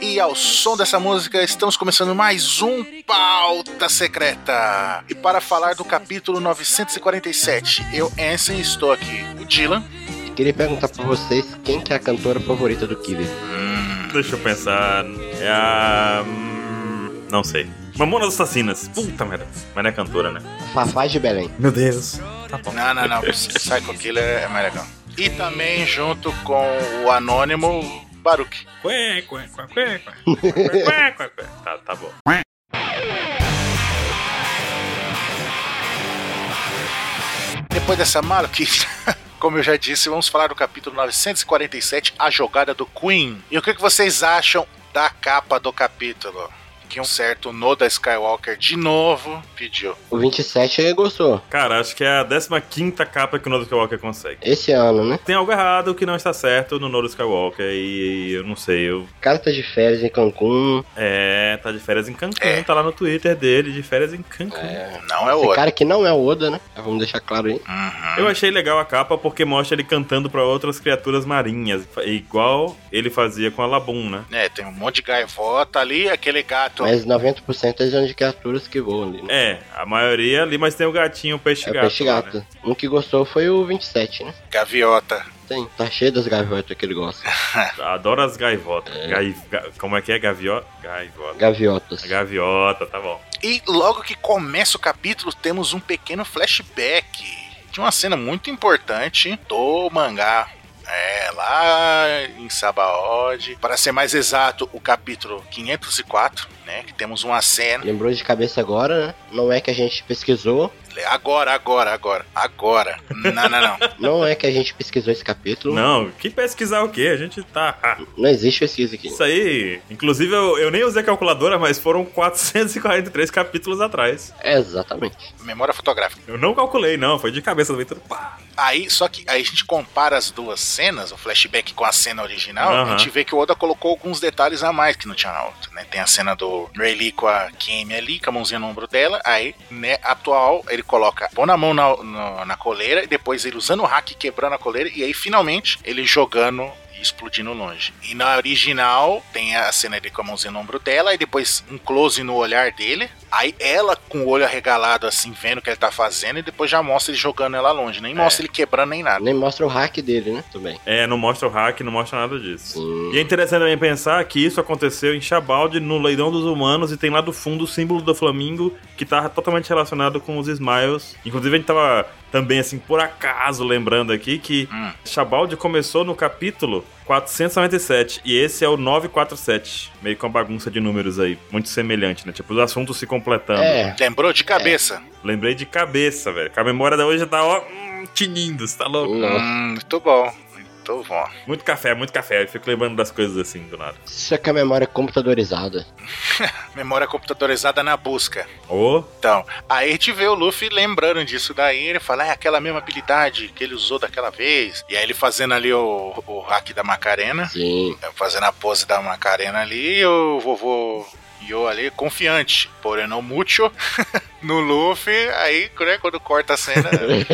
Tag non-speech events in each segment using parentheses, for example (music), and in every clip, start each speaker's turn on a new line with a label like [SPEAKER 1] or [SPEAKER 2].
[SPEAKER 1] E ao som dessa música, estamos começando mais um Pauta Secreta. E para falar do capítulo 947, eu, Ansem, estou aqui. O Dylan.
[SPEAKER 2] E queria perguntar para vocês quem que é a cantora favorita do Kid.
[SPEAKER 3] Hum, deixa eu pensar. É a. hum, Não sei. Mamonas Assassinas. Puta merda. Mas não é cantora, né?
[SPEAKER 2] Fafá de Belém.
[SPEAKER 4] Meu Deus.
[SPEAKER 3] Tá bom.
[SPEAKER 1] Não, não, não. Psycho Killer é mais legal. E também junto com o anônimo Baruch.
[SPEAKER 3] Quê, quê, quê, quê, quê, quê, quê, quê. Tá, tá bom.
[SPEAKER 1] Depois dessa maluquice, (laughs) como eu já disse, vamos falar do capítulo 947, A Jogada do Queen. E o que, que vocês acham da capa do capítulo? Que um certo Noda Skywalker de novo pediu.
[SPEAKER 2] O 27 gostou.
[SPEAKER 3] Cara, acho que é a 15 capa que o Nodo Skywalker consegue.
[SPEAKER 2] Esse ano, né?
[SPEAKER 3] Tem algo errado que não está certo no Nodo Skywalker e eu não sei. Eu...
[SPEAKER 2] O cara tá de férias em Cancún.
[SPEAKER 3] É, tá de férias em Cancún,
[SPEAKER 1] É.
[SPEAKER 3] tá lá no Twitter dele, de férias em Cancún.
[SPEAKER 1] Não é
[SPEAKER 2] Esse
[SPEAKER 1] outro.
[SPEAKER 2] cara que não é o Oda, né? Já Vamos deixar claro aí.
[SPEAKER 3] Eu achei legal a capa porque mostra ele cantando pra outras criaturas marinhas, igual ele fazia com a Labum, né?
[SPEAKER 1] É, tem um monte de gaivota ali, aquele
[SPEAKER 3] Então.
[SPEAKER 1] gato.
[SPEAKER 2] Mas 90% é de criaturas que voam ali. Né?
[SPEAKER 3] É, a maioria ali, mas tem o gatinho, o peixe
[SPEAKER 2] É o
[SPEAKER 3] gato.
[SPEAKER 2] peixe
[SPEAKER 3] lá,
[SPEAKER 2] gato.
[SPEAKER 3] né?
[SPEAKER 2] Um que gostou foi o 27, né?
[SPEAKER 1] Gaviota.
[SPEAKER 2] Tem. Tá cheio das gaviotas que ele gosta.
[SPEAKER 3] né? Adoro as gaivotas. Gai- ga- como é que é? Gaviota? Gaivota.
[SPEAKER 2] Gaviotas.
[SPEAKER 3] Gaviota, tá bom.
[SPEAKER 1] E logo que começa o capítulo, temos um pequeno flashback de uma cena muito importante do mangá. É, lá em Sabaody. Para ser mais exato, o capítulo 504, né? Que temos uma cena.
[SPEAKER 2] Lembrou de cabeça agora, né? Não é que a gente pesquisou.
[SPEAKER 1] Agora, agora, agora, agora. Não, não, (laughs) não.
[SPEAKER 2] Não é que a gente pesquisou esse capítulo.
[SPEAKER 3] Não, que pesquisar o quê? A gente tá. ah,
[SPEAKER 2] Não existe pesquisa aqui.
[SPEAKER 3] isso aí. Inclusive, eu, eu nem usei a calculadora, mas foram 443 capítulos atrás.
[SPEAKER 2] Exatamente.
[SPEAKER 1] Memória fotográfica.
[SPEAKER 3] Eu não calculei, não. Foi de cabeça também. Tudo pá.
[SPEAKER 1] Aí, só que aí a gente compara as duas cenas, o flashback com a cena original,
[SPEAKER 3] Aham.
[SPEAKER 1] a gente vê que o Oda colocou alguns detalhes a mais que não tinha na outra, né? Tem a cena do Rayleigh com a Kemi ali, com a mãozinha no ombro dela, aí, né, atual, ele coloca, põe a mão na, no- na coleira, e depois ele usando o hack, quebrando a coleira, e aí, finalmente, ele jogando e explodindo longe. E na original tem a cena dele com a mãozinha no ombro dela, e depois um close no olhar dele. Aí ela com o olho arregalado, assim, vendo o que ele tá fazendo, e depois já mostra ele jogando ela longe. Nem mostra ele quebrando nem nada.
[SPEAKER 2] Nem mostra o hack dele, né? Também.
[SPEAKER 3] É, não mostra o hack, não mostra nada disso.
[SPEAKER 2] Sim.
[SPEAKER 3] E é interessante também pensar que isso aconteceu em Chabaldi, no Leidão dos Humanos, e tem lá do fundo o símbolo do Flamingo, que tá totalmente relacionado com os Smiles. Inclusive, a gente tava também, assim, por acaso, lembrando aqui que
[SPEAKER 1] Hum.
[SPEAKER 3] Chabaldi começou no capítulo 497, e esse é o 947. Meio com uma bagunça de números aí, muito semelhante, né? Tipo, os assuntos se completando.
[SPEAKER 2] É.
[SPEAKER 1] Lembrou de cabeça?
[SPEAKER 3] Lembrei de cabeça, velho, que a memória da hoje tá, ó, hum, tinindo, você tá louco?
[SPEAKER 2] Nossa.
[SPEAKER 1] Hum, muito bom. Muito bom.
[SPEAKER 3] Muito café, muito café, eu fico lembrando das coisas assim, do nada.
[SPEAKER 2] Isso aqui é memória computadorizada.
[SPEAKER 1] Memória computadorizada na busca.
[SPEAKER 3] Ô...
[SPEAKER 1] Então, aí a gente vê o Luffy lembrando disso daí, ele fala, é aquela mesma habilidade que ele usou daquela vez. E aí ele fazendo ali o, o hack da Macarena, né,
[SPEAKER 2] Sim.
[SPEAKER 1] fazendo a pose da Macarena ali, e o vovô Yo ali, confiante, porém não mucho, (laughs) no Luffy, aí né, quando corta a cena,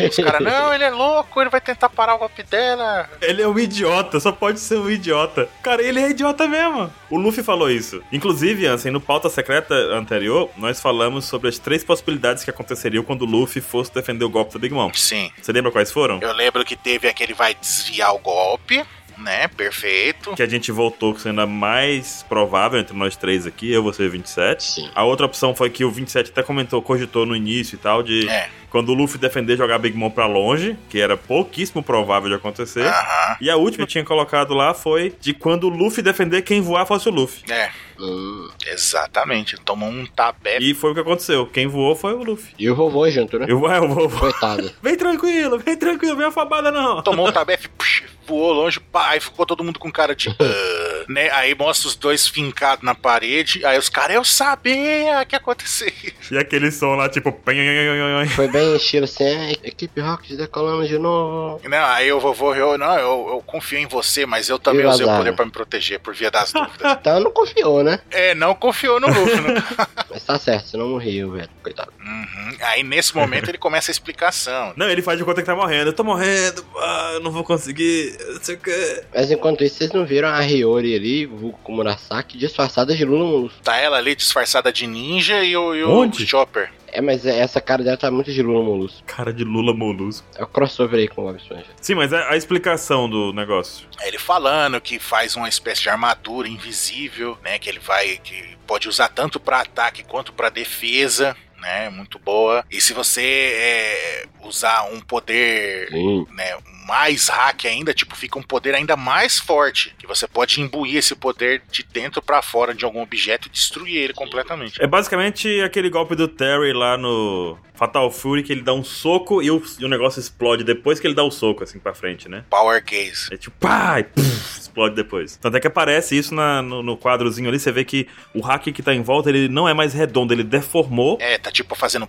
[SPEAKER 1] os caras, não, ele é louco, ele vai tentar parar o golpe dela.
[SPEAKER 3] Ele é um idiota, só pode ser um idiota. Cara, ele é idiota mesmo. O Luffy falou isso. Inclusive, Ansem, no pauta secreta anterior, nós falamos sobre as três possibilidades que aconteceriam quando o Luffy fosse defender o golpe do Big Mom.
[SPEAKER 1] Sim,
[SPEAKER 3] Você lembra quais foram?
[SPEAKER 1] eu lembro que teve aquele vai desviar o golpe, né, perfeito.
[SPEAKER 3] Que a gente voltou sendo a mais provável entre nós três aqui, eu, você e o 27.
[SPEAKER 2] Sim.
[SPEAKER 3] A outra opção foi que o 27 até comentou, cogitou no início e tal, de
[SPEAKER 1] É,
[SPEAKER 3] quando o Luffy defender jogar Big Mom pra longe, que era pouquíssimo provável de acontecer.
[SPEAKER 1] aham,
[SPEAKER 3] E a última que eu tinha colocado lá foi de quando o Luffy defender quem voar fosse o Luffy.
[SPEAKER 1] é,
[SPEAKER 2] Hum.
[SPEAKER 1] exatamente, tomou um tapé
[SPEAKER 3] E foi o que aconteceu. Quem voou foi o Luffy.
[SPEAKER 2] E o vovô junto, né?
[SPEAKER 3] Eu vou, eu vou. vou.
[SPEAKER 2] Coitado.
[SPEAKER 3] Vem tranquilo, vem tranquilo, vem afobada não.
[SPEAKER 1] tomou o tabef, psh, voou longe, pá, aí ficou todo mundo com cara de. "Ah", né? Aí mostra os dois fincados na parede, aí os caras, eu sabia que ia acontecer. (laughs)
[SPEAKER 3] E aquele som lá, tipo. penhonhonhonhonhon.
[SPEAKER 2] Foi bem estilo assim, é, equipe Rocket decolando de novo.
[SPEAKER 1] Não, Né? aí eu vovô, eu, não, eu, eu confio em você, mas eu também
[SPEAKER 2] E o
[SPEAKER 1] usei o
[SPEAKER 2] azar?
[SPEAKER 1] poder pra me proteger, por via das
[SPEAKER 2] (laughs)
[SPEAKER 1] dúvidas.
[SPEAKER 2] Então não confiou, né?
[SPEAKER 1] é, não confiou no Luffy, né?
[SPEAKER 2] Mas tá certo, você não morreu, velho. Coitado.
[SPEAKER 1] Uhum. Aí nesse momento ele começa a explicação.
[SPEAKER 3] Não, ele faz de conta que tá morrendo. Eu tô morrendo, ah, eu não vou conseguir, eu não sei o quê.
[SPEAKER 2] Mas enquanto isso, vocês não viram a Hiyori ali, vulgo com Murasaki, disfarçadas de Lula.
[SPEAKER 1] Tá ela ali disfarçada de ninja e o, e o
[SPEAKER 3] Onde?
[SPEAKER 1] Chopper.
[SPEAKER 2] É, mas é- essa cara dela tá muito de Lula Molusco.
[SPEAKER 3] Cara de Lula Molusco.
[SPEAKER 2] É o crossover aí com o Bob Esponja.
[SPEAKER 3] Sim, mas a, a explicação do negócio.
[SPEAKER 1] É Ele falando que faz uma espécie de armadura invisível, né? Que ele vai. que pode usar tanto pra ataque quanto pra defesa, né? Muito boa. E se você é, usar um poder
[SPEAKER 2] Sim.
[SPEAKER 1] né, mais hack ainda, tipo, fica um poder ainda mais forte, que você pode imbuir esse poder de dentro pra fora de algum objeto e destruir ele completamente.
[SPEAKER 3] É basicamente aquele golpe do Terry lá no Fatal Fury que ele dá um soco e o, e o negócio explode depois que ele dá o soco, assim pra frente, né?
[SPEAKER 1] Power Gaze.
[SPEAKER 3] É tipo, pá, e puf, explode depois. Tanto é que aparece isso na- no, no quadrozinho ali, você vê que o hack que tá em volta, ele não é mais redondo, ele deformou.
[SPEAKER 1] É, tá tipo fazendo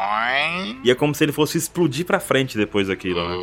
[SPEAKER 1] poing.
[SPEAKER 3] E é como se ele fosse explodir pra frente depois daquilo, né?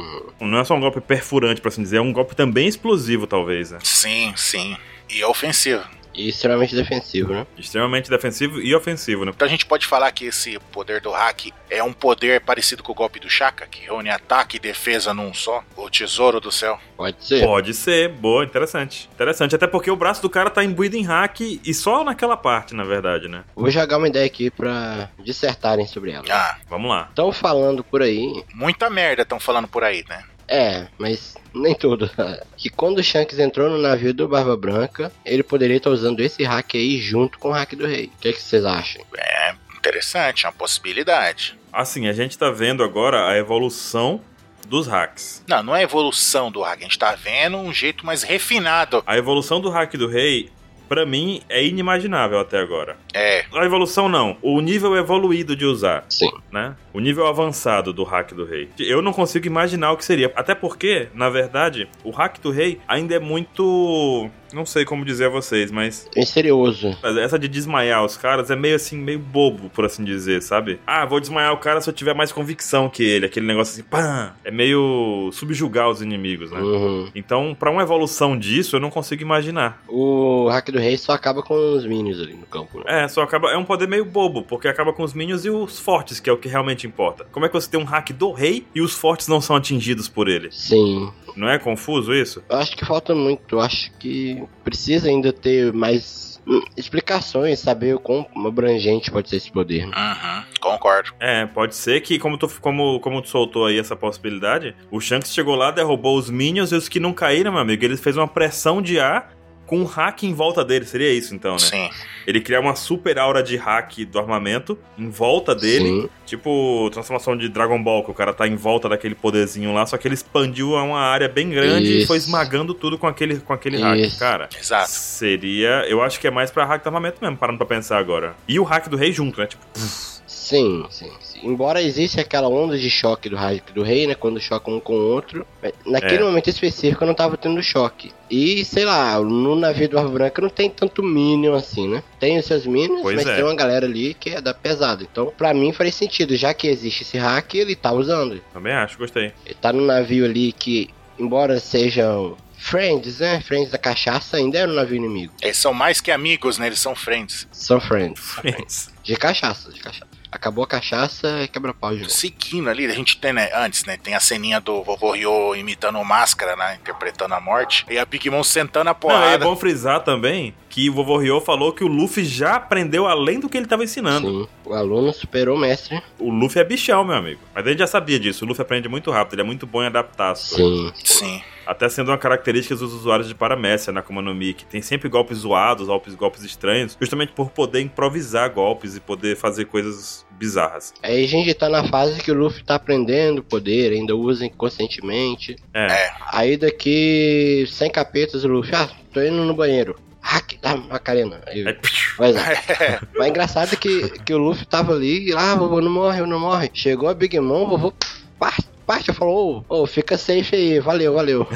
[SPEAKER 2] Hum.
[SPEAKER 3] Não é só um golpe perfurante, pra assim dizer, é um golpe também explosivo, talvez, né?
[SPEAKER 1] Sim, sim. E é ofensivo.
[SPEAKER 2] E extremamente defensivo, né?
[SPEAKER 3] Extremamente defensivo e ofensivo, né?
[SPEAKER 1] Então a gente pode falar que esse poder do hack é um poder parecido com o golpe do Shaka, que reúne ataque e defesa num só. O tesouro do céu.
[SPEAKER 2] Pode ser.
[SPEAKER 3] Pode ser, boa, interessante. Interessante, até porque o braço do cara tá imbuído em hack e só naquela parte, na verdade, né?
[SPEAKER 2] Vou jogar uma ideia aqui pra dissertarem sobre ela.
[SPEAKER 1] Ah,
[SPEAKER 3] Vamos lá.
[SPEAKER 2] Estão falando por aí,
[SPEAKER 1] muita merda estão falando por aí, né?
[SPEAKER 2] é, mas nem tudo. (laughs) Que quando o Shanks entrou no navio do Barba Branca, ele poderia estar usando esse hack aí junto com o hack do rei. O que, que vocês acham?
[SPEAKER 1] É interessante, é uma possibilidade.
[SPEAKER 3] Assim, a gente tá vendo agora a evolução dos hacks.
[SPEAKER 1] Não, não é a evolução do hack, a gente tá vendo um jeito mais refinado.
[SPEAKER 3] A evolução do hack do rei, pra mim, é inimaginável até agora.
[SPEAKER 1] É,
[SPEAKER 3] A evolução não, o nível evoluído de usar.
[SPEAKER 2] Sim.
[SPEAKER 3] né? O nível avançado do hack do rei. Eu não consigo imaginar o que seria. Até porque, na verdade, o hack do rei ainda é muito. Não sei como dizer a vocês, mas.
[SPEAKER 2] É Misterioso.
[SPEAKER 3] Essa de desmaiar os caras é meio assim, meio bobo, por assim dizer, sabe? Ah, vou desmaiar o cara se eu tiver mais convicção que ele. Aquele negócio assim, pá! É meio subjugar os inimigos, né?
[SPEAKER 2] Uhum.
[SPEAKER 3] Então, pra uma evolução disso, eu não consigo imaginar.
[SPEAKER 2] O hack do rei só acaba com os minions ali no campo. Né?
[SPEAKER 3] É, só acaba. É um poder meio bobo, porque acaba com os minions e os fortes, que é o que realmente importa. Como é que você tem um hack do rei e os fortes não são atingidos por ele?
[SPEAKER 2] Sim.
[SPEAKER 3] Não é confuso isso?
[SPEAKER 2] Eu acho que falta muito. Eu acho que precisa ainda ter mais hum, explicações, saber o quão abrangente pode ser esse poder. né?
[SPEAKER 1] uhum, concordo.
[SPEAKER 3] É, pode ser que, como tu, como, como tu soltou aí essa possibilidade, o Shanks chegou lá, derrubou os minions e os que não caíram, meu amigo, ele fez uma pressão de ar com um hack em volta dele. Seria isso então, né?
[SPEAKER 1] Sim.
[SPEAKER 3] Ele criar uma super aura de hack do armamento em volta dele.
[SPEAKER 2] Sim.
[SPEAKER 3] Tipo, transformação de Dragon Ball, que o cara tá em volta daquele poderzinho lá, só que ele expandiu a uma área bem grande e
[SPEAKER 2] Isso.
[SPEAKER 3] foi esmagando tudo com aquele, com aquele hack,
[SPEAKER 2] Isso.
[SPEAKER 3] cara.
[SPEAKER 1] Exato.
[SPEAKER 3] Seria. Eu acho que é mais pra hack de armamento mesmo, parando pra pensar agora. E o hack do rei junto, né? Tipo,
[SPEAKER 2] Sim, sim, sim. Embora exista aquela onda de choque do raio do rei, né? Quando choca um com o outro. mas Naquele
[SPEAKER 3] É.
[SPEAKER 2] momento específico eu não tava tendo choque. E, sei lá, no navio do Barba Branca não tem tanto Minion assim, né? Tem os seus Minions,
[SPEAKER 3] Pois
[SPEAKER 2] mas
[SPEAKER 3] é.
[SPEAKER 2] tem uma galera ali que é da pesada. Então, pra mim faz sentido. Já que existe esse hack, ele tá usando.
[SPEAKER 3] também acho, gostei.
[SPEAKER 2] Ele tá num navio ali que, embora sejam friends, né? Friends da cachaça, ainda era um navio inimigo.
[SPEAKER 1] Eles são mais que amigos, né? Eles são friends.
[SPEAKER 2] São friends. De cachaça, de cachaça. Acabou a cachaça, é quebra-pau de novo.
[SPEAKER 1] Seguindo ali, a gente tem, né? Antes, né? Tem a ceninha do vovô Ryo imitando o máscara, né? Interpretando a morte. E a Big Mom sentando a
[SPEAKER 3] (laughs) Não, é
[SPEAKER 1] porrada.
[SPEAKER 3] bom frisar também que o vovô Ryo falou que o Luffy já aprendeu além do que ele tava ensinando.
[SPEAKER 2] Sim, o aluno superou o mestre.
[SPEAKER 3] O Luffy é bichão, meu amigo. Mas a gente já sabia disso. O Luffy aprende muito rápido, ele é muito bom em adaptar as coisas.
[SPEAKER 2] Sim.
[SPEAKER 1] Sim.
[SPEAKER 3] Até sendo uma característica dos usuários de Paramécia né, na Akuma no Mi, que tem sempre golpes zoados, golpes, golpes estranhos, justamente por poder improvisar golpes e poder fazer coisas bizarras.
[SPEAKER 2] Aí a gente tá na fase que o Luffy tá aprendendo o poder, ainda usa inconscientemente.
[SPEAKER 3] É,
[SPEAKER 2] Aí daqui 100 capetas o Luffy, ah, tô indo no banheiro. Hack da Macarena. Aí,
[SPEAKER 3] É, psh,
[SPEAKER 2] vai
[SPEAKER 3] (laughs)
[SPEAKER 2] lá.
[SPEAKER 3] É.
[SPEAKER 2] Mas é engraçado que, que o Luffy tava ali, e lá, ah, vovô não morre, não morre. Chegou a Big Mom, vovô, parte, parte, falou, ô, ô, fica safe aí, valeu, valeu.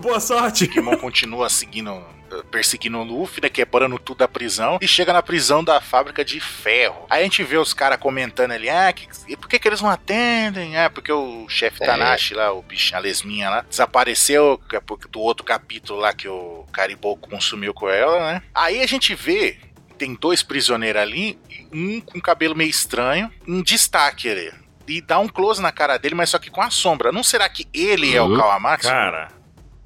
[SPEAKER 3] boa sorte!
[SPEAKER 1] Big Mom continua seguindo. Perseguindo o Luffy, né? Quebrando tudo da prisão. E chega na prisão da fábrica de ferro. Aí a gente vê os caras comentando ali: ah, que, e por que, que eles não atendem? Ah, porque o chefe
[SPEAKER 2] É.
[SPEAKER 1] Tanashi lá, o bicho, a lesminha lá, desapareceu que é porque- do outro capítulo lá que o Caribou consumiu com ela, né? Aí a gente vê. Tem dois prisioneiros ali, um com cabelo meio estranho, um destaque ali. E dá um close na cara dele, mas só que com a sombra. Não será que ele é o
[SPEAKER 2] Uhum.
[SPEAKER 1] Kawamatsu?
[SPEAKER 3] Cara,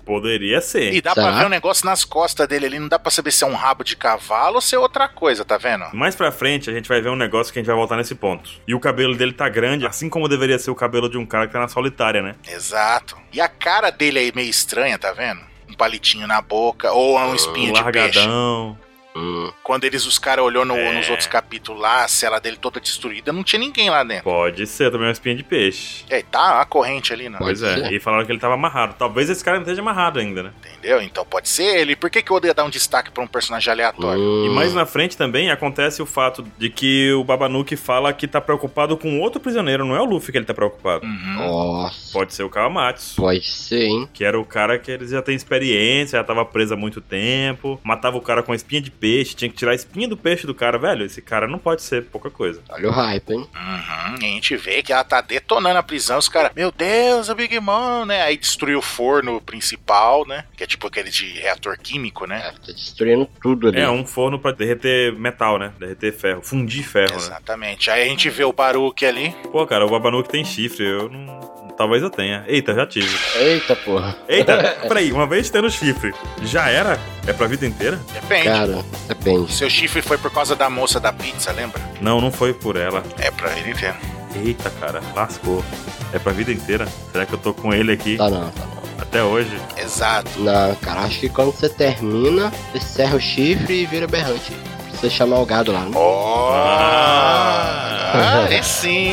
[SPEAKER 3] Poderia ser.
[SPEAKER 1] E dá
[SPEAKER 2] Será?
[SPEAKER 1] pra ver um negócio nas costas dele ali, não dá pra saber se é um rabo de cavalo ou se é outra coisa, tá vendo?
[SPEAKER 3] Mais pra frente, a gente vai ver um negócio que a gente vai voltar nesse ponto. E o cabelo dele tá grande, assim como deveria ser o cabelo de um cara que tá na solitária, né?
[SPEAKER 1] Exato. E a cara dele aí meio estranha, tá vendo? Um palitinho na boca, ou é um espinho de peixe.
[SPEAKER 3] Ah, Largadão.
[SPEAKER 2] Hum,
[SPEAKER 1] Quando eles, os caras olhou no-
[SPEAKER 3] É.
[SPEAKER 1] nos outros capítulos lá, a cela dele toda destruída, não tinha ninguém lá dentro.
[SPEAKER 3] Pode ser também uma espinha de peixe.
[SPEAKER 1] E aí, tá a corrente ali, não.
[SPEAKER 2] Pode
[SPEAKER 3] Pois é,
[SPEAKER 2] ser.
[SPEAKER 3] e falaram que ele tava amarrado. Talvez esse cara não esteja amarrado ainda, né?
[SPEAKER 1] Entendeu? Então pode ser ele. Por que, que eu odeio dar um destaque pra um personagem aleatório?
[SPEAKER 3] E
[SPEAKER 2] hum.
[SPEAKER 3] mais na frente também acontece o fato de que o Babanuki fala que tá preocupado com outro prisioneiro, não é o Luffy que ele tá preocupado.
[SPEAKER 1] Uhum.
[SPEAKER 2] Nossa,
[SPEAKER 3] Pode ser o Kawamatsu.
[SPEAKER 2] pode ser, hein?
[SPEAKER 3] Que era o cara que eles já têm experiência, já tava preso há muito tempo, matava o cara com espinha de peixe, tinha que tirar a espinha do peixe do cara, velho. Esse cara não pode ser pouca coisa.
[SPEAKER 2] Olha o hype, hein?
[SPEAKER 1] Uhum. E a gente vê que ela tá detonando a prisão. Os caras, meu Deus, a Big Mom, né? Aí destruiu o forno principal, né? Que é tipo aquele de reator químico, né?
[SPEAKER 2] É, tá destruindo tudo ali.
[SPEAKER 3] É um forno pra derreter metal, né? Derreter ferro, fundir ferro, né?
[SPEAKER 1] Exatamente. Aí a gente vê o Baruque ali.
[SPEAKER 3] Pô, cara, o Babanuki tem chifre, eu não. Talvez eu tenha. Eita, já tive.
[SPEAKER 2] Eita porra.
[SPEAKER 3] Eita, peraí, uma vez tendo chifre, já era? É pra vida inteira?
[SPEAKER 1] Depende.
[SPEAKER 2] Cara, depende.
[SPEAKER 1] Seu chifre foi por causa da moça da pizza, lembra?
[SPEAKER 3] Não, não foi por ela.
[SPEAKER 1] É pra ele inteiro.
[SPEAKER 3] Eita, cara, lascou. É pra vida inteira? Será que eu tô com ele aqui
[SPEAKER 2] Tá não, tá não.
[SPEAKER 3] até hoje?
[SPEAKER 1] Exato.
[SPEAKER 2] Não, cara, acho que quando você termina, você serra o chifre e vira berrante. Pra Você chamar o gado lá, né?
[SPEAKER 1] Oh!
[SPEAKER 3] Ah.
[SPEAKER 1] Ah, é sim!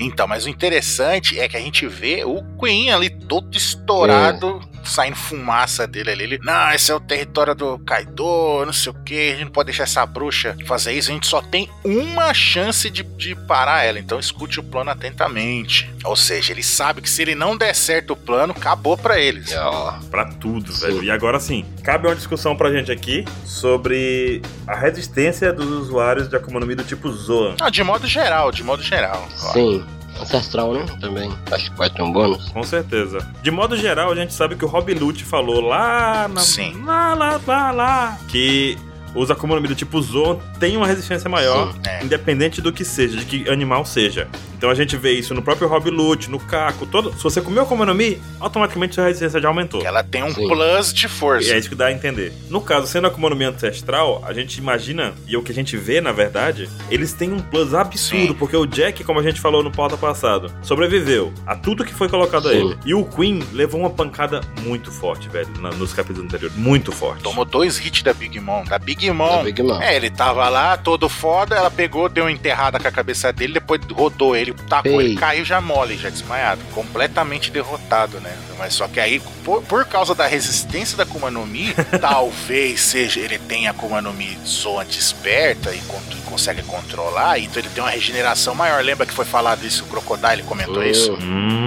[SPEAKER 1] Então, mas o interessante é que a gente vê o Queen ali todo estourado, saindo fumaça dele ali. Ele, não, esse é o território do Kaido, não sei o que, a gente não pode deixar essa bruxa fazer isso, a gente só tem uma chance de, de parar ela, então escute o plano atentamente. Ou seja, ele sabe que se ele não der certo o plano, acabou pra eles.
[SPEAKER 2] Ó,
[SPEAKER 3] Pra tudo,
[SPEAKER 2] Sim.
[SPEAKER 3] velho. E agora sim, cabe uma discussão pra gente aqui sobre a resistência dos usuários de Akuma no Mi do tipo Zoan.
[SPEAKER 1] Ah, de modo geral, de modo geral. claro.
[SPEAKER 2] Sim. Ancestral, né? Também. Acho que pode ter um bônus.
[SPEAKER 3] Com certeza. De modo geral, a gente sabe que o Rob Lute falou lá na.
[SPEAKER 1] Sim.
[SPEAKER 3] Lá, lá, lá, lá. Que os Akuma no Mi do tipo Zoan têm uma resistência maior,
[SPEAKER 2] Sim.
[SPEAKER 1] É.
[SPEAKER 3] independente do que seja, de que animal seja. Então a gente vê isso no próprio Rob Lute, no Caco, todo. Se você comeu Akuma no Mi, automaticamente sua resistência já aumentou.
[SPEAKER 1] Ela tem um
[SPEAKER 2] Sim.
[SPEAKER 1] plus de
[SPEAKER 3] E
[SPEAKER 1] força.
[SPEAKER 3] é isso que dá a entender. No caso, sendo Akuma no Mi ancestral, a gente imagina, e o que a gente vê, na verdade, eles têm um plus absurdo,
[SPEAKER 1] Sim.
[SPEAKER 3] porque o Jack, como a gente falou no pauta passado, sobreviveu a tudo que foi colocado a
[SPEAKER 2] Sim.
[SPEAKER 3] ele. E o Queen levou uma pancada muito forte, velho, na- nos capítulos anteriores. Muito forte.
[SPEAKER 1] Tomou dois hits da Big Mom. Da Big Mom.
[SPEAKER 2] Da Big Mom.
[SPEAKER 1] É, ele tava lá, todo foda, ela pegou, deu uma enterrada com a cabeça dele, depois rodou ele, tacou
[SPEAKER 2] Ei.
[SPEAKER 1] ele, caiu já mole, já desmaiado. Completamente derrotado, né? Mas só que aí, por, por causa da resistência da Kuma no Mi, talvez seja ele tenha a Kuma no Mi zoante esperta e con- consegue controlar, então ele tem uma regeneração maior. Lembra que foi falado isso, o Crocodile comentou isso?
[SPEAKER 2] Hum,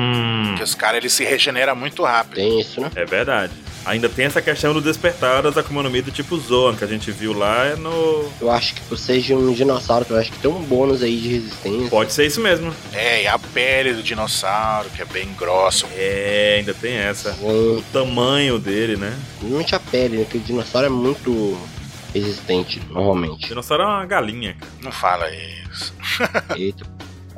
[SPEAKER 3] Hum.
[SPEAKER 1] Que os caras, ele se regenera muito rápido.
[SPEAKER 2] Tem isso, né?
[SPEAKER 3] É verdade. Ainda tem essa questão do despertar das Akuma no Mi do tipo Zoan, que a gente viu lá no.
[SPEAKER 2] Eu acho que por ser de um dinossauro, eu acho que tem um bônus aí de resistência.
[SPEAKER 3] Pode ser isso mesmo.
[SPEAKER 1] É, e a pele do dinossauro, que é bem grossa.
[SPEAKER 3] É, ainda tem essa.
[SPEAKER 2] Hum,
[SPEAKER 3] O tamanho dele, né?
[SPEAKER 2] Principalmente a pele, né? Que o dinossauro é muito resistente,
[SPEAKER 3] O (laughs)
[SPEAKER 2] normalmente.
[SPEAKER 3] dinossauro é uma galinha, cara.
[SPEAKER 1] Não fala isso.
[SPEAKER 2] Eita.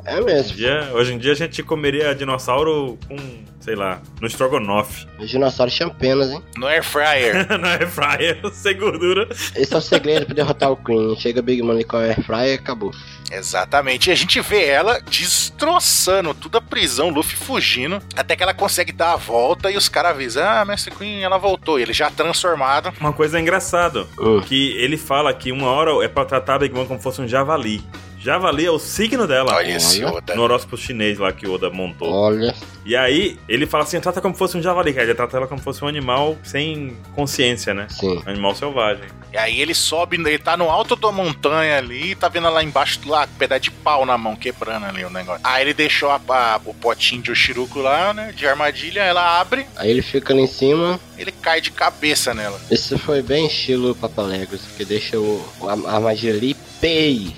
[SPEAKER 2] É
[SPEAKER 3] Hoje em
[SPEAKER 2] mesmo.
[SPEAKER 3] dia- hoje em dia a gente comeria dinossauro com, sei lá, no estrogonofe. (laughs)
[SPEAKER 2] Os dinossauros tinham penas, hein?
[SPEAKER 1] No air fryer.
[SPEAKER 3] Na air fryer, (laughs) sem gordura.
[SPEAKER 2] Esse é o segredo pra derrotar o Queen. Chega Big Man ali com a Airfryer e acabou.
[SPEAKER 1] Exatamente. E a gente vê ela destroçando toda a prisão, o Luffy fugindo, até que ela consegue dar a volta e os caras avisam: Ah, Mestre Queen, ela voltou. E ele já transformado.
[SPEAKER 3] Uma coisa engraçada,
[SPEAKER 2] Hum.
[SPEAKER 3] que ele fala que uma hora é pra tratar a Big Mom como fosse um javali. Javali é o signo dela.
[SPEAKER 1] Olha tá. esse Oda.
[SPEAKER 3] No horóscopo chinês lá que o Oda montou.
[SPEAKER 2] Olha,
[SPEAKER 3] E aí, ele fala assim, trata como fosse um javali. Quer dizer, trata ela como fosse um animal sem consciência, né?
[SPEAKER 2] sim.
[SPEAKER 3] Um Animal selvagem.
[SPEAKER 1] E aí ele sobe, ele tá no alto da montanha ali, tá vendo lá embaixo, lá, com um pedaço de pau na mão, quebrando ali o negócio. Aí ele deixou a- a- o potinho de Oshiruko lá, né, de armadilha, ela abre,
[SPEAKER 2] Aí ele fica ali em cima.
[SPEAKER 1] ele cai de cabeça nela.
[SPEAKER 2] Isso foi bem estilo Papalegos, que deixa o, a a armadilha ali pei.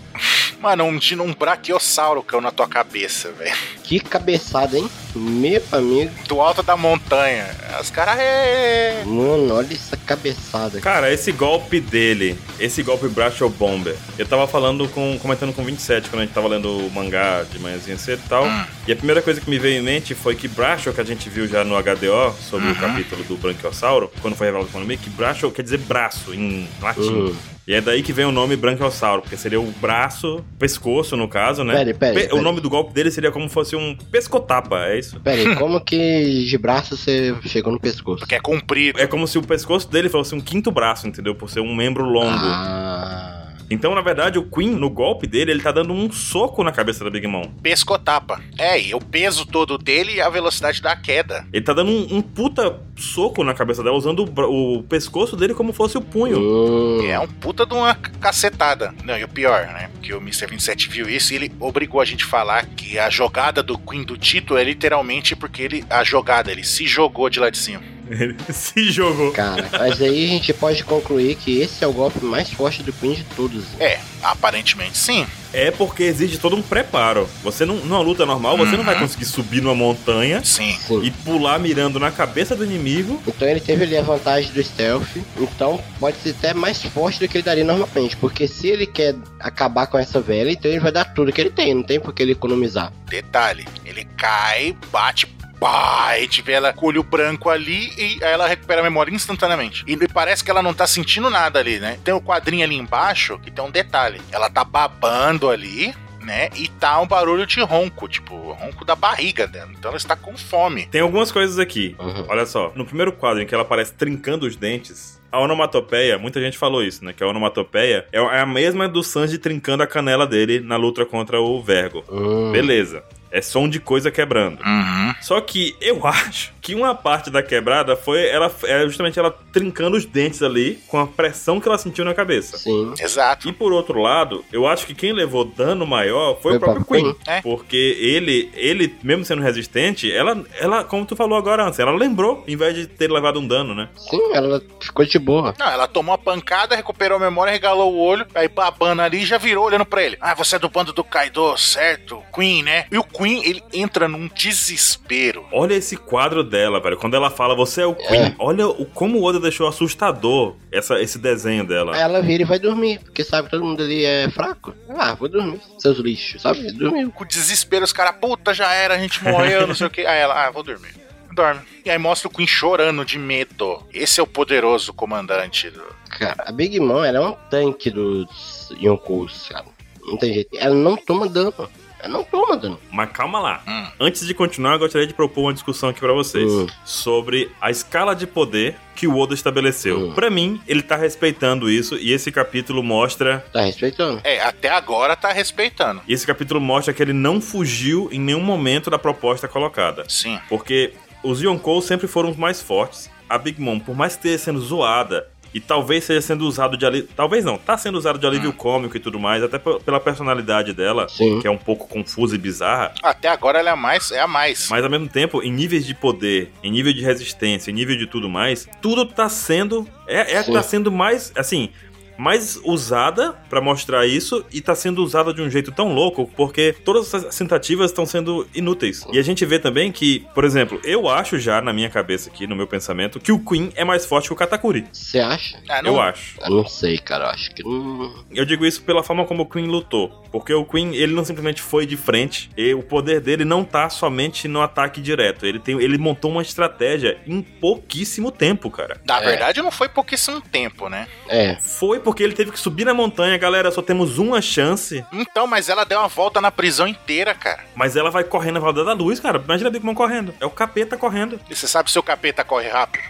[SPEAKER 1] Mano, um, dino- um braquiossauro caiu na tua cabeça, velho.
[SPEAKER 2] Que cabeçada, hein? Meu amigo.
[SPEAKER 1] Do alto da montanha. Os caras. "Ê!"
[SPEAKER 2] Mano, olha essa cabeçada.
[SPEAKER 3] Cara, esse golpe dele, esse golpe Bracho Bomber, eu tava falando com. comentando com o 27 quando a gente tava lendo o mangá de manhãzinha cedo e tal. E a primeira coisa que me veio em mente foi que Bracho, que a gente viu já no HDO, sobre o capítulo do Branquiossauro, quando foi revelado o nome, que Bracho quer dizer braço em latim.
[SPEAKER 2] Hum.
[SPEAKER 3] E é daí que vem o nome Branquiossauro, porque seria o braço, pescoço no caso, né?
[SPEAKER 2] Pera, pera,
[SPEAKER 3] Pe-
[SPEAKER 2] pera.
[SPEAKER 3] O nome do golpe dele seria como fosse um pescotapa, é isso?
[SPEAKER 2] Pera aí, como que de braço você chegou no pescoço?
[SPEAKER 1] Porque é comprido.
[SPEAKER 3] É como se o pescoço dele fosse um quinto braço, entendeu? Por ser um membro longo.
[SPEAKER 2] Ah,
[SPEAKER 3] Então, na verdade, o Queen, no golpe dele, ele tá dando um soco na cabeça da Big Mom.
[SPEAKER 1] Pescotapa. É, e o peso todo dele e a velocidade da queda.
[SPEAKER 3] Ele tá dando um, um puta soco na cabeça dela, usando o, bra- o pescoço dele como fosse o punho.
[SPEAKER 2] hum.
[SPEAKER 1] É um puta de uma cacetada. Não, e o pior, né? Porque o Mr. 27 viu isso e ele obrigou a gente a falar que a jogada do Queen do Tito é literalmente porque ele. A jogada, ele se jogou de lá de cima.
[SPEAKER 3] (laughs) Ele se jogou.
[SPEAKER 2] Cara, mas aí a gente pode concluir que esse é o golpe mais forte do Queen de todos.
[SPEAKER 1] É, aparentemente sim.
[SPEAKER 3] É porque exige todo um preparo. Você não, numa luta normal, você não vai conseguir subir numa montanha
[SPEAKER 1] Sim.
[SPEAKER 2] Sim.
[SPEAKER 3] e pular mirando na cabeça do inimigo.
[SPEAKER 2] Então ele teve ali a vantagem do stealth, então pode ser até mais forte do que ele daria normalmente, porque se ele quer acabar com essa velha, então ele vai dar tudo que ele tem, não tem por que ele economizar.
[SPEAKER 1] Detalhe, ele cai, bate, pá, e tiver ela com o olho branco ali e aí ela recupera a memória instantaneamente. E me parece que ela não tá sentindo nada ali, né? Tem o quadrinho ali embaixo que tem um detalhe. Ela tá babando ali, né? E tá um barulho de ronco, tipo, ronco da barriga dela. Então ela está com fome.
[SPEAKER 3] Tem algumas coisas aqui.
[SPEAKER 2] Uhum.
[SPEAKER 3] Olha só, no primeiro quadro em que ela aparece trincando os dentes, a onomatopeia, muita gente falou isso, né? Que a onomatopeia é é a mesma do Sanji trincando a canela dele na luta contra o Vergo.
[SPEAKER 2] Hum.
[SPEAKER 3] Beleza, é som de coisa quebrando.
[SPEAKER 1] Uhum.
[SPEAKER 3] Só que eu (laughs) acho que uma parte da quebrada foi ela é justamente ela trincando os dentes ali com a pressão que ela sentiu na cabeça.
[SPEAKER 2] Sim.
[SPEAKER 1] Exato.
[SPEAKER 3] E por outro lado, eu acho que quem levou dano maior foi o próprio Queen.
[SPEAKER 1] É.
[SPEAKER 3] Porque ele, ele, mesmo sendo resistente, ela, ela, como tu falou agora antes, ela lembrou, em vez de ter levado um dano, né?
[SPEAKER 2] Sim, ela ficou de boa.
[SPEAKER 1] Não, ela tomou a pancada, recuperou a memória, regalou o olho, aí babando ali já virou olhando pra ele. Ah, você é do bando do Kaido, certo? Queen, né? E o Queen, ele entra num desespero.
[SPEAKER 3] Olha esse quadro dela, velho. Quando ela fala, você é o Queen. Olha o, como o Oda deixou assustador essa, esse desenho dela.
[SPEAKER 2] Aí ela vira e vai dormir, porque sabe que todo mundo ali é fraco. Ah, vou dormir, seus lixos, sabe? Dormiu.
[SPEAKER 1] com desespero, os caras, puta, já era, a gente morreu, não sei o que. Aí ela, ah, vou dormir. Dorme. E aí mostra o Queen chorando de medo. Esse é o poderoso comandante. do-
[SPEAKER 2] Cara, a Big Mom, ela é um tanque dos Yonkous, cara. Não tem jeito. Ela não toma dano. Ela não toma dano.
[SPEAKER 3] Mas calma lá.
[SPEAKER 1] Hum.
[SPEAKER 3] Antes de continuar, eu gostaria de propor uma discussão aqui pra vocês
[SPEAKER 2] Hum.
[SPEAKER 3] sobre a escala de poder que o Oda estabeleceu.
[SPEAKER 2] Hum.
[SPEAKER 3] Pra mim, ele tá respeitando isso e esse capítulo mostra
[SPEAKER 2] Tá respeitando.
[SPEAKER 1] É, até agora tá respeitando.
[SPEAKER 3] E esse capítulo mostra que ele não fugiu em nenhum momento da proposta colocada.
[SPEAKER 1] Sim.
[SPEAKER 3] Porque os Yonkou sempre foram os mais fortes. A Big Mom, por mais que esteja sendo zoada, e talvez seja sendo usado de alívio. Talvez não, tá sendo usado de
[SPEAKER 2] Hum.
[SPEAKER 3] alívio cômico e tudo mais, até pe- pela personalidade dela,
[SPEAKER 2] Sim.
[SPEAKER 3] que é um pouco confusa e bizarra.
[SPEAKER 1] Até agora ela é a mais, é a mais.
[SPEAKER 3] Mas ao mesmo tempo, em níveis de poder, em nível de resistência, em nível de tudo mais, tudo tá sendo. É, é a que tá sendo mais. Assim. Mais usada pra mostrar isso e tá sendo usada de um jeito tão louco porque todas as tentativas estão sendo inúteis. E a gente vê também que, por exemplo, eu acho já na minha cabeça aqui, no meu pensamento, que o Queen é mais forte que o Katakuri.
[SPEAKER 2] Você acha?
[SPEAKER 1] Ah, não-
[SPEAKER 3] Eu acho.
[SPEAKER 2] Eu não sei, cara. Eu acho que não.
[SPEAKER 3] Eu digo isso pela forma como o Queen lutou, porque o Queen ele não simplesmente foi de frente, e o poder dele não tá somente no ataque direto. Ele tem, ele montou uma estratégia em pouquíssimo tempo, cara.
[SPEAKER 1] Na
[SPEAKER 2] É.
[SPEAKER 1] verdade, não foi pouquíssimo tempo, né?
[SPEAKER 2] É.
[SPEAKER 3] Foi porque ele teve que subir na montanha, galera. Só temos uma chance,
[SPEAKER 1] Então, mas ela deu uma volta na prisão inteira, cara.
[SPEAKER 3] mas ela vai correndo na volta da luz, cara. Imagina a Big Mom correndo. É o capeta correndo.
[SPEAKER 1] E você sabe se o capeta corre rápido?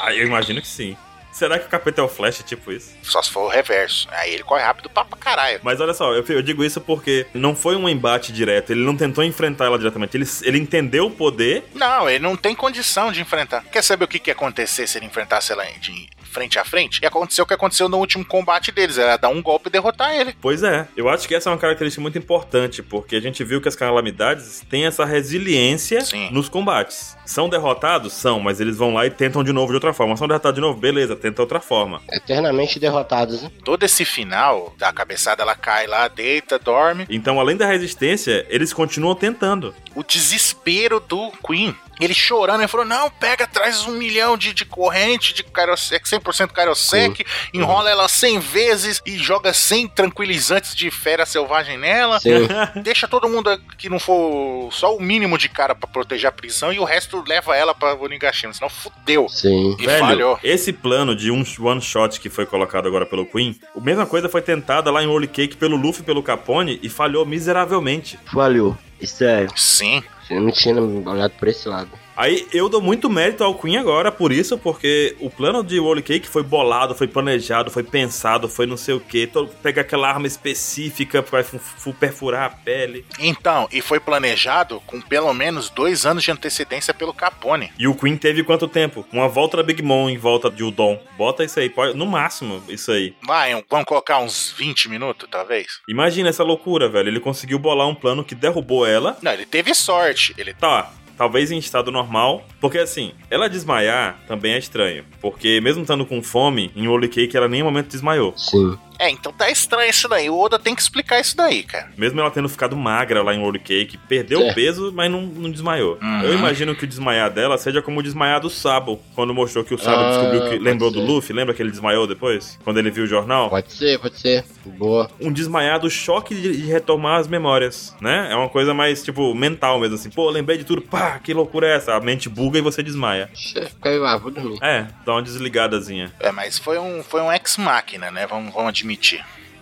[SPEAKER 3] Ah, eu imagino que sim. Será que o capeta é o Flash, tipo isso?
[SPEAKER 1] Só se for o reverso. Aí ele corre rápido pra pra caralho.
[SPEAKER 3] Mas olha só, eu, eu digo isso porque não foi um embate direto. Ele não tentou enfrentar ela diretamente. Ele, ele entendeu o poder
[SPEAKER 1] Não, ele não tem condição de enfrentar. Quer saber o que, que ia acontecer se ele enfrentasse ela de frente a frente. E aconteceu o que aconteceu no último combate deles, era dar um golpe e derrotar ele.
[SPEAKER 3] Pois é, eu acho que essa é uma característica muito importante, porque a gente viu que as calamidades têm essa resiliência
[SPEAKER 1] Sim.
[SPEAKER 3] nos combates. São derrotados? São, mas eles vão lá e tentam de novo de outra forma. São derrotados de novo? Beleza, tenta outra forma.
[SPEAKER 2] Eternamente derrotados, né?
[SPEAKER 1] Todo esse final, da cabeçada ela cai lá, deita, dorme.
[SPEAKER 3] Então, além da resistência, eles continuam tentando.
[SPEAKER 1] O desespero do Queen. Ele chorando, ele falou: Não, pega, traz um milhão de, de corrente, de Kairosek, 100% Kairosek, enrola ela 100 vezes e joga 100 tranquilizantes de fera selvagem nela.
[SPEAKER 3] (laughs)
[SPEAKER 2] Sim.
[SPEAKER 1] Deixa todo mundo que não for só o mínimo de cara pra proteger a prisão e o resto leva ela pra Onigashima, senão fudeu.
[SPEAKER 2] Sim.
[SPEAKER 1] E
[SPEAKER 3] Velho,
[SPEAKER 1] falhou.
[SPEAKER 3] esse plano de um one shot que foi colocado agora pelo Queen, a mesma coisa foi tentada lá em Holy Cake pelo Luffy e pelo Capone e falhou miseravelmente.
[SPEAKER 2] Valeu. Isso é.
[SPEAKER 1] Sim.
[SPEAKER 2] Eu não tinha olhado por esse lado.
[SPEAKER 3] Aí eu dou muito mérito ao Queen agora por isso, porque o plano de Holy Cake foi bolado, foi planejado, foi pensado, foi não sei o que. Pega aquela arma específica pra fu- fu- perfurar a pele.
[SPEAKER 1] Então, e foi planejado com pelo menos dois anos de antecedência pelo Capone.
[SPEAKER 3] E o Queen teve quanto tempo? Uma volta da Big Mom em volta de Udon. Bota isso aí, pode- no máximo, isso aí.
[SPEAKER 1] Vai, um- vamos colocar uns 20 minutos, talvez?
[SPEAKER 3] Imagina essa loucura, velho. Ele conseguiu bolar um plano que derrubou ela,
[SPEAKER 1] Não, ele teve sorte. Ele
[SPEAKER 3] tá, talvez em estado normal, porque assim, ela desmaiar também é estranho, porque mesmo estando com fome, em Holy Cake ela nem em momento desmaiou.
[SPEAKER 2] Sim.
[SPEAKER 1] É, então tá estranho isso daí. O Oda tem que explicar isso daí, cara.
[SPEAKER 3] Mesmo ela tendo ficado magra lá em Holy Cake, perdeu
[SPEAKER 2] É.
[SPEAKER 3] o peso, mas não, não desmaiou.
[SPEAKER 1] Uhum.
[SPEAKER 3] Eu imagino que o desmaiar dela seja como o desmaiar do Sabo, quando mostrou que o Sabo
[SPEAKER 2] Ah,
[SPEAKER 3] descobriu que
[SPEAKER 2] pode
[SPEAKER 3] lembrou do
[SPEAKER 2] ser.
[SPEAKER 3] Luffy, lembra que ele desmaiou depois? Quando ele viu o jornal?
[SPEAKER 2] Pode ser, pode ser. Boa.
[SPEAKER 3] um desmaiado choque de, de retomar as memórias, né? É uma coisa mais, tipo, mental mesmo, assim. Pô, lembrei de tudo, pá, que loucura é essa? A mente buga e você desmaia.
[SPEAKER 2] Caiu, ah, vou dormir.
[SPEAKER 3] É, dá uma desligadazinha.
[SPEAKER 1] É, mas foi um, foi um ex-máquina, né? Vamos, vamos admitir.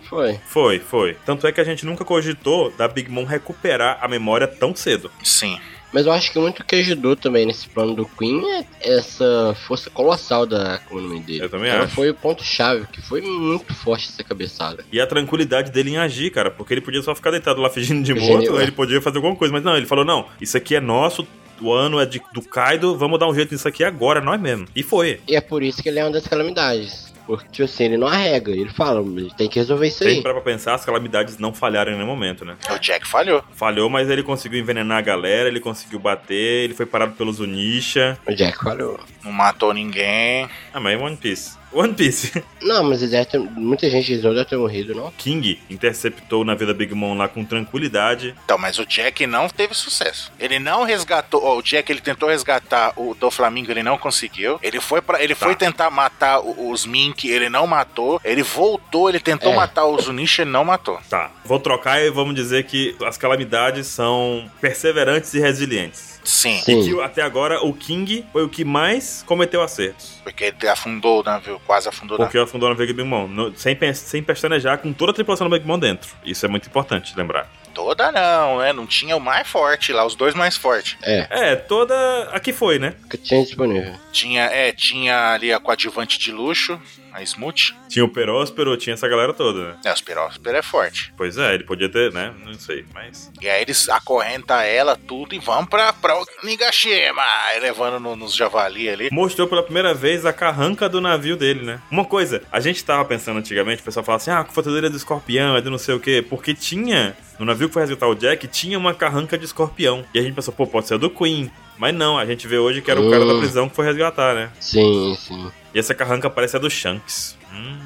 [SPEAKER 2] Foi.
[SPEAKER 3] Foi, foi. Tanto é que a gente nunca cogitou da Big Mom recuperar a memória tão cedo.
[SPEAKER 1] Sim.
[SPEAKER 2] Mas eu acho que muito que ajudou também nesse plano do Queen é essa força colossal da economia dele.
[SPEAKER 3] Eu também
[SPEAKER 2] Ela
[SPEAKER 3] acho.
[SPEAKER 2] foi o ponto-chave, que foi muito forte essa cabeçada.
[SPEAKER 3] E a tranquilidade dele em agir, cara, porque ele podia só ficar deitado lá fingindo de
[SPEAKER 2] Genial,
[SPEAKER 3] morto,
[SPEAKER 2] né?
[SPEAKER 3] ele podia fazer alguma coisa, mas não, ele falou: não, isso aqui é nosso, o ano é de- do Kaido, vamos dar um jeito nisso aqui agora, nós mesmo. E foi.
[SPEAKER 2] E é por isso que ele é uma das calamidades. Porque, tipo assim, ele não arrega. Ele fala, "Ele tem que resolver isso
[SPEAKER 3] Tem
[SPEAKER 2] aí.
[SPEAKER 3] pra pensar, as calamidades não falharam em nenhum momento, né?
[SPEAKER 1] O Jack falhou.
[SPEAKER 3] Falhou, mas ele conseguiu envenenar a galera, ele conseguiu bater, ele foi parado pelos Unisha.
[SPEAKER 2] O Jack falou.
[SPEAKER 1] Não matou ninguém.
[SPEAKER 3] Ah, mas é One Piece. (laughs) One Piesse.
[SPEAKER 2] Não, mas ele deve ter, muita gente dizendo deve ter morrido, não?
[SPEAKER 3] King interceptou na vida Big Mom lá com tranquilidade.
[SPEAKER 1] Então, mas o Jack não teve sucesso. Ele não resgatou. ó, o Jack ele tentou resgatar o do Flamingo, ele não conseguiu. Ele foi para ele foi tentar matar o- os Mink, ele não matou. Ele voltou, ele tentou
[SPEAKER 2] É.
[SPEAKER 1] matar os Unisha, ele não matou.
[SPEAKER 3] Tá, vou trocar e vamos dizer que as calamidades são perseverantes e resilientes.
[SPEAKER 1] Sim,
[SPEAKER 2] Sim.
[SPEAKER 3] Que até agora o King foi o que mais cometeu acertos.
[SPEAKER 1] porque ele afundou o navio, quase afundou o navio.
[SPEAKER 3] Porque afundou na Big Mom, no- sem, pes- sem pestanejar, com toda a tripulação da Big Mom dentro. Isso é muito importante lembrar.
[SPEAKER 1] Toda não, né? Não tinha o mais forte lá, os dois mais fortes.
[SPEAKER 2] É,
[SPEAKER 3] É, toda. Aqui foi, né?
[SPEAKER 2] que tinha disponível.
[SPEAKER 1] Tinha, é, tinha ali a coadjuvante de luxo, a Smooth.
[SPEAKER 3] Tinha o Peróspero, tinha essa galera toda, né?
[SPEAKER 1] É, o Speróspero é forte.
[SPEAKER 3] Pois é, ele podia ter, né? Não sei, mas.
[SPEAKER 1] E aí eles acorrentam ela, tudo, e vão pra, pra o Nigashima, aí levando no- nos javali ali.
[SPEAKER 3] Mostrou pela primeira vez a carranca do navio dele, né? Uma coisa, a gente tava pensando antigamente, o pessoal falava assim, ah, a fortaleza do escorpião, é do não sei o quê, porque tinha, no navio que foi resgatar o Jack, tinha uma carranca de escorpião. E a gente pensou, pô, pode ser a do Queen. Mas não, a gente vê hoje que era o cara da prisão que foi resgatar, né?
[SPEAKER 2] Sim, sim.
[SPEAKER 3] E essa carranca parece a do Shanks. Hum,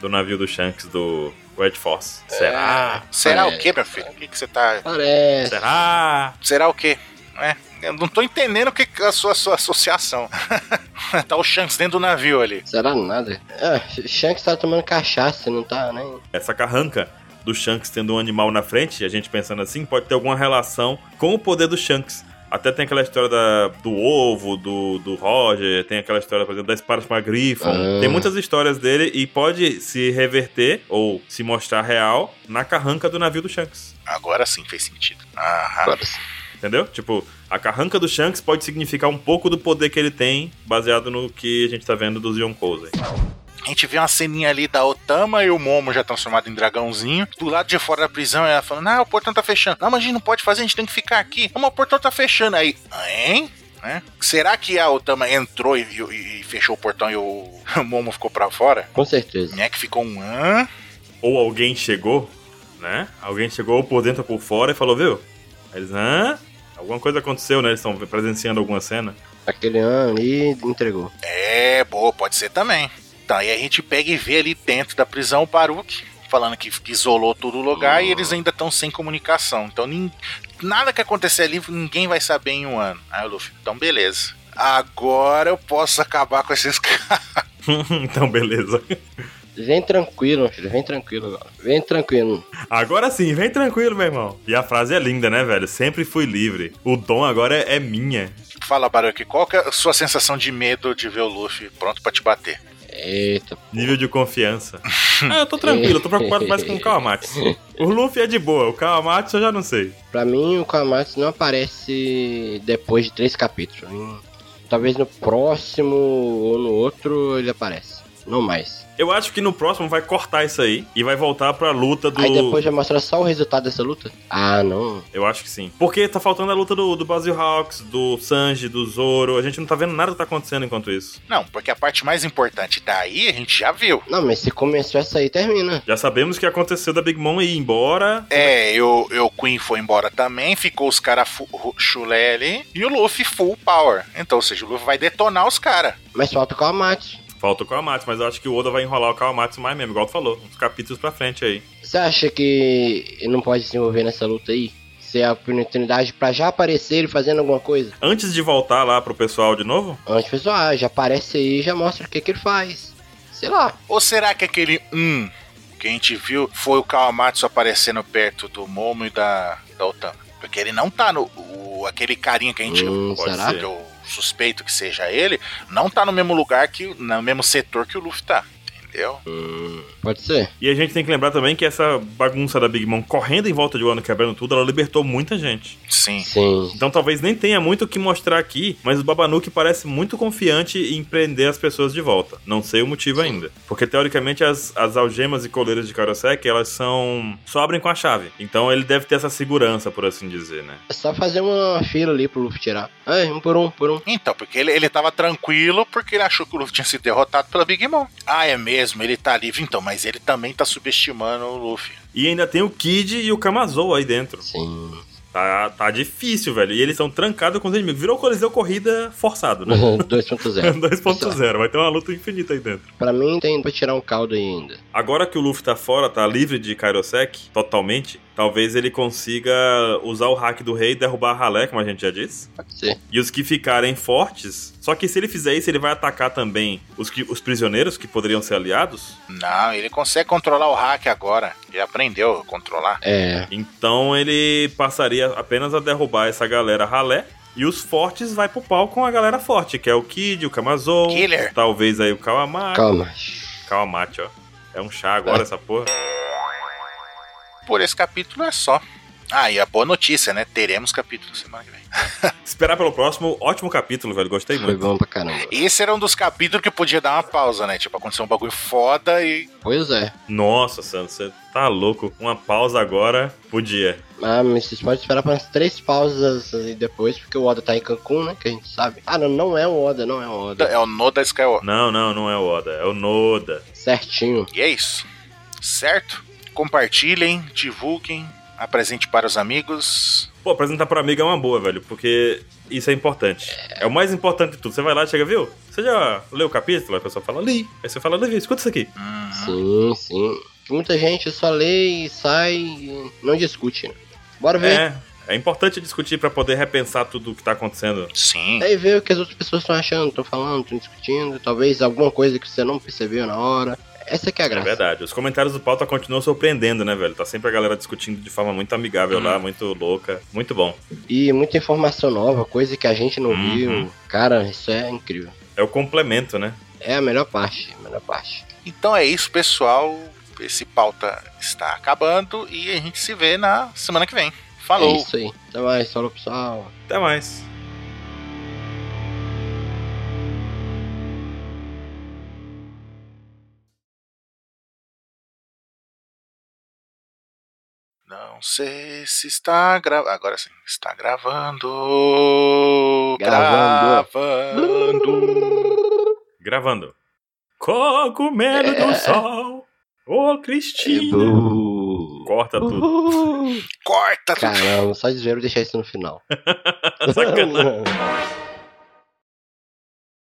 [SPEAKER 3] do navio do Shanks, do Red Force. Será?
[SPEAKER 1] Será
[SPEAKER 2] É.
[SPEAKER 1] o quê, meu filho? O que, que você tá.
[SPEAKER 2] Parece.
[SPEAKER 3] Será?
[SPEAKER 1] Será o quê? É, eu não tô entendendo o que que é a sua, sua associação. (laughs) tá o Shanks dentro do navio ali.
[SPEAKER 2] Será nada? Ah, Shanks tá tomando cachaça, não tá, né?
[SPEAKER 3] essa carranca do Shanks tendo um animal na frente, a gente pensando assim, pode ter alguma relação com o poder do Shanks. Até tem aquela história da- do ovo, do, do Roger, tem aquela história, por exemplo, da espada para Griffon.
[SPEAKER 2] Ah.
[SPEAKER 3] Tem muitas histórias dele e pode se reverter ou se mostrar real na carranca do navio do Shanks.
[SPEAKER 1] Agora sim fez sentido. Aham.
[SPEAKER 2] Agora sim.
[SPEAKER 3] Entendeu? Tipo, a carranca do Shanks pode significar um pouco do poder que ele tem, baseado no que a gente tá vendo dos Yonkous aí.
[SPEAKER 1] A gente vê uma ceninha ali da Otama e o Momo já transformado em dragãozinho. Do lado de fora da prisão, ela falando: Ah, o portão tá fechando. Não, mas a gente não pode fazer, a gente tem que ficar aqui. Ah, mas o portão tá fechando. Aí, "Ah, hein? né? Será que a Otama entrou e, e- e fechou o portão e o (laughs) Momo ficou pra fora?
[SPEAKER 2] Com certeza.
[SPEAKER 1] Né, que ficou um hã?
[SPEAKER 3] Ou alguém chegou, né? Alguém chegou ou por dentro ou por fora e falou, viu? Aí Eles, hã? Alguma coisa aconteceu, né? Eles estão presenciando alguma cena. (laughs)
[SPEAKER 2] Aquele ano ali entregou.
[SPEAKER 1] É, boa, pode ser também. Tá, e a gente pega e vê ali dentro da prisão o Baruch falando que que isolou todo o lugar e eles ainda estão sem comunicação. Então nin- nada que acontecer ali ninguém vai saber em um ano. Aí o Luffy, então beleza. Agora eu posso acabar com esses (laughs) caras.
[SPEAKER 3] então, beleza.
[SPEAKER 2] Vem tranquilo, meu filho. Vem tranquilo, mano. Vem tranquilo.
[SPEAKER 3] Agora sim, vem tranquilo, meu irmão. E a frase é linda, né, velho? Sempre fui livre. O dom agora é, é minha.
[SPEAKER 1] Fala, Baruch, qual que é a sua sensação de medo de ver o Luffy pronto pra te bater?
[SPEAKER 2] Eita.
[SPEAKER 3] Nível de confiança. (laughs) Ah, eu tô tranquilo, tô preocupado mais com o Kawamatsu. O Luffy é de boa, o Kawamatsu eu já não sei.
[SPEAKER 2] Pra mim, o Kamatsu não aparece depois de três capítulos. Hum, Talvez no próximo ou no outro ele aparece. Não mais.
[SPEAKER 3] Eu acho que no próximo vai cortar isso aí e vai voltar pra luta do.
[SPEAKER 2] Aí depois já mostra só o resultado dessa luta? Ah, não.
[SPEAKER 3] Eu acho que sim. Porque tá faltando a luta do, do Basil Hawks, do Sanji, do Zoro. A gente não tá vendo nada que tá acontecendo enquanto isso.
[SPEAKER 1] Não, porque a parte mais importante daí a gente já viu.
[SPEAKER 2] Não, mas se começou essa aí, termina.
[SPEAKER 3] Já sabemos o que aconteceu da Big Mom ir embora.
[SPEAKER 1] É, eu, eu Queen foi embora também, ficou os caras chulé ali e o Luffy full power. Então, ou seja, o Luffy vai detonar os caras.
[SPEAKER 2] Mas falta o Kamatsu.
[SPEAKER 3] Falta o Kawamatsu, mas eu acho que o Oda vai enrolar o Kawamatsu mais mesmo, igual tu falou. Uns capítulos pra frente aí.
[SPEAKER 2] Você acha que ele não pode se envolver nessa luta aí? Se é a oportunidade pra já aparecer ele fazendo alguma coisa?
[SPEAKER 3] Antes de voltar lá pro pessoal de novo,
[SPEAKER 2] Antes, pessoal, ah, já aparece aí já mostra o que, que ele faz. Sei lá.
[SPEAKER 1] Ou será que aquele um que a gente viu foi o Kawamatsu aparecendo perto do Momo e da, da Otama? Porque ele não tá no. o- aquele carinha que a gente.
[SPEAKER 2] Hum,
[SPEAKER 1] pode
[SPEAKER 2] será?
[SPEAKER 1] ser, Eu suspeito que seja ele, não tá no mesmo lugar que. no mesmo setor que o Luffy tá. Entendeu?
[SPEAKER 2] Pode ser.
[SPEAKER 3] E a gente tem que lembrar também que essa bagunça da Big Mom correndo em volta de Wano, quebrando tudo, ela libertou muita gente.
[SPEAKER 1] Sim.
[SPEAKER 2] Sim.
[SPEAKER 3] Então talvez nem tenha muito o que mostrar aqui, mas o Babanuki parece muito confiante em prender as pessoas de volta. Não sei o motivo ainda. Porque teoricamente as, as algemas e coleiras de Karosek, elas são... só abrem com a chave. Então ele deve ter essa segurança, por assim dizer, né?
[SPEAKER 2] É só fazer uma fila ali pro Luffy tirar. É, um por um, por um.
[SPEAKER 1] Então, porque ele, ele tava tranquilo porque ele achou que o Luffy tinha sido derrotado pela Big Mom. Ah, é mesmo, ele tá livre então, mas ele também tá subestimando o Luffy.
[SPEAKER 3] E ainda tem o Kid e o Kamazoa aí dentro.
[SPEAKER 2] (laughs) Sim.
[SPEAKER 3] Tá, tá difícil, velho. E eles estão trancados com os inimigos. Virou Coliseu Corrida forçado, né? (laughs)
[SPEAKER 2] 2.0.
[SPEAKER 3] 2.0, vai ter uma luta infinita aí dentro.
[SPEAKER 2] Pra mim tem pra tirar um caldo aí ainda.
[SPEAKER 3] Agora que o Luffy tá fora, tá livre de Kairosek, totalmente, talvez ele consiga usar o hack do rei e derrubar a ralé, como a gente já disse.
[SPEAKER 2] Pode ser.
[SPEAKER 3] E os que ficarem fortes. Só que se ele fizer isso, ele vai atacar também os, que, os prisioneiros que poderiam ser aliados.
[SPEAKER 1] Não, ele consegue controlar o hack agora. Ele aprendeu a controlar.
[SPEAKER 2] É.
[SPEAKER 3] Então ele passaria apenas a derrubar essa galera ralé. E os fortes vai pro pau com a galera forte, que é o Kid, o Kamazou,
[SPEAKER 1] Killer.
[SPEAKER 3] talvez aí o Kawamatsu.
[SPEAKER 2] Calma.
[SPEAKER 3] Kawamatsu, ó. É um chá agora essa porra.
[SPEAKER 1] Por esse capítulo é só. Ah, e a boa notícia, né? Teremos capítulo semana que vem.
[SPEAKER 3] Esperar pelo próximo, ótimo capítulo, velho. Gostei
[SPEAKER 2] Foi
[SPEAKER 3] muito.
[SPEAKER 2] bom pra caramba.
[SPEAKER 1] Esse era um dos capítulos que podia dar uma pausa, né? Tipo, aconteceu um bagulho foda e.
[SPEAKER 2] Pois é.
[SPEAKER 3] Nossa, Santos, você tá louco. Uma pausa agora, podia.
[SPEAKER 2] Ah, mas vocês podem esperar pra umas três pausas aí depois, porque o Oda tá em Cancún, né? Que a gente sabe. Ah, não, não é o Oda, não é o Oda.
[SPEAKER 1] É o Noda Skywalker.
[SPEAKER 3] Não, não, não é o Oda, é o Noda.
[SPEAKER 2] Certinho.
[SPEAKER 1] E é isso. Certo? Compartilhem, divulguem, apresente para os amigos.
[SPEAKER 3] Pô, apresentar pra amiga é uma boa, velho, porque isso é importante. É o mais importante de tudo. Você vai lá e chega, viu? Você já leu o capítulo? Aí a pessoa fala, li. Aí você fala, Levi, escuta isso aqui.
[SPEAKER 2] Sim, sim. Muita gente só lê e sai e não discute, né? Bora ver.
[SPEAKER 3] É, é importante discutir pra poder repensar tudo o que tá acontecendo.
[SPEAKER 1] Sim.
[SPEAKER 2] Aí ver o que as outras pessoas estão achando, estão falando, estão discutindo, talvez alguma coisa que você não percebeu na hora. Essa que é a
[SPEAKER 3] É
[SPEAKER 2] graça.
[SPEAKER 3] verdade. Os comentários do pauta continuam surpreendendo, né, velho? Tá sempre a galera discutindo de forma muito amigável lá, muito louca. Muito bom.
[SPEAKER 2] E muita informação nova, coisa que a gente não
[SPEAKER 3] Uhum.
[SPEAKER 2] viu. Cara, isso é incrível.
[SPEAKER 3] É o complemento, né?
[SPEAKER 2] É a melhor parte, a melhor parte.
[SPEAKER 1] Então é isso, pessoal. Esse pauta está acabando e a gente se vê na semana que vem. Falou!
[SPEAKER 2] É isso aí. Até mais, falou pessoal.
[SPEAKER 3] Até mais.
[SPEAKER 1] Não sei se está gravando. Agora sim, está gravando.
[SPEAKER 2] Gravando.
[SPEAKER 1] Gravando.
[SPEAKER 3] Gravando. Cogumelo do sol, ô Cristina.
[SPEAKER 2] É Edu.
[SPEAKER 3] Corta tudo.
[SPEAKER 2] Uhul.
[SPEAKER 1] Corta tudo.
[SPEAKER 2] Caramba, só desvero deixar isso no final.
[SPEAKER 3] Sacanagem.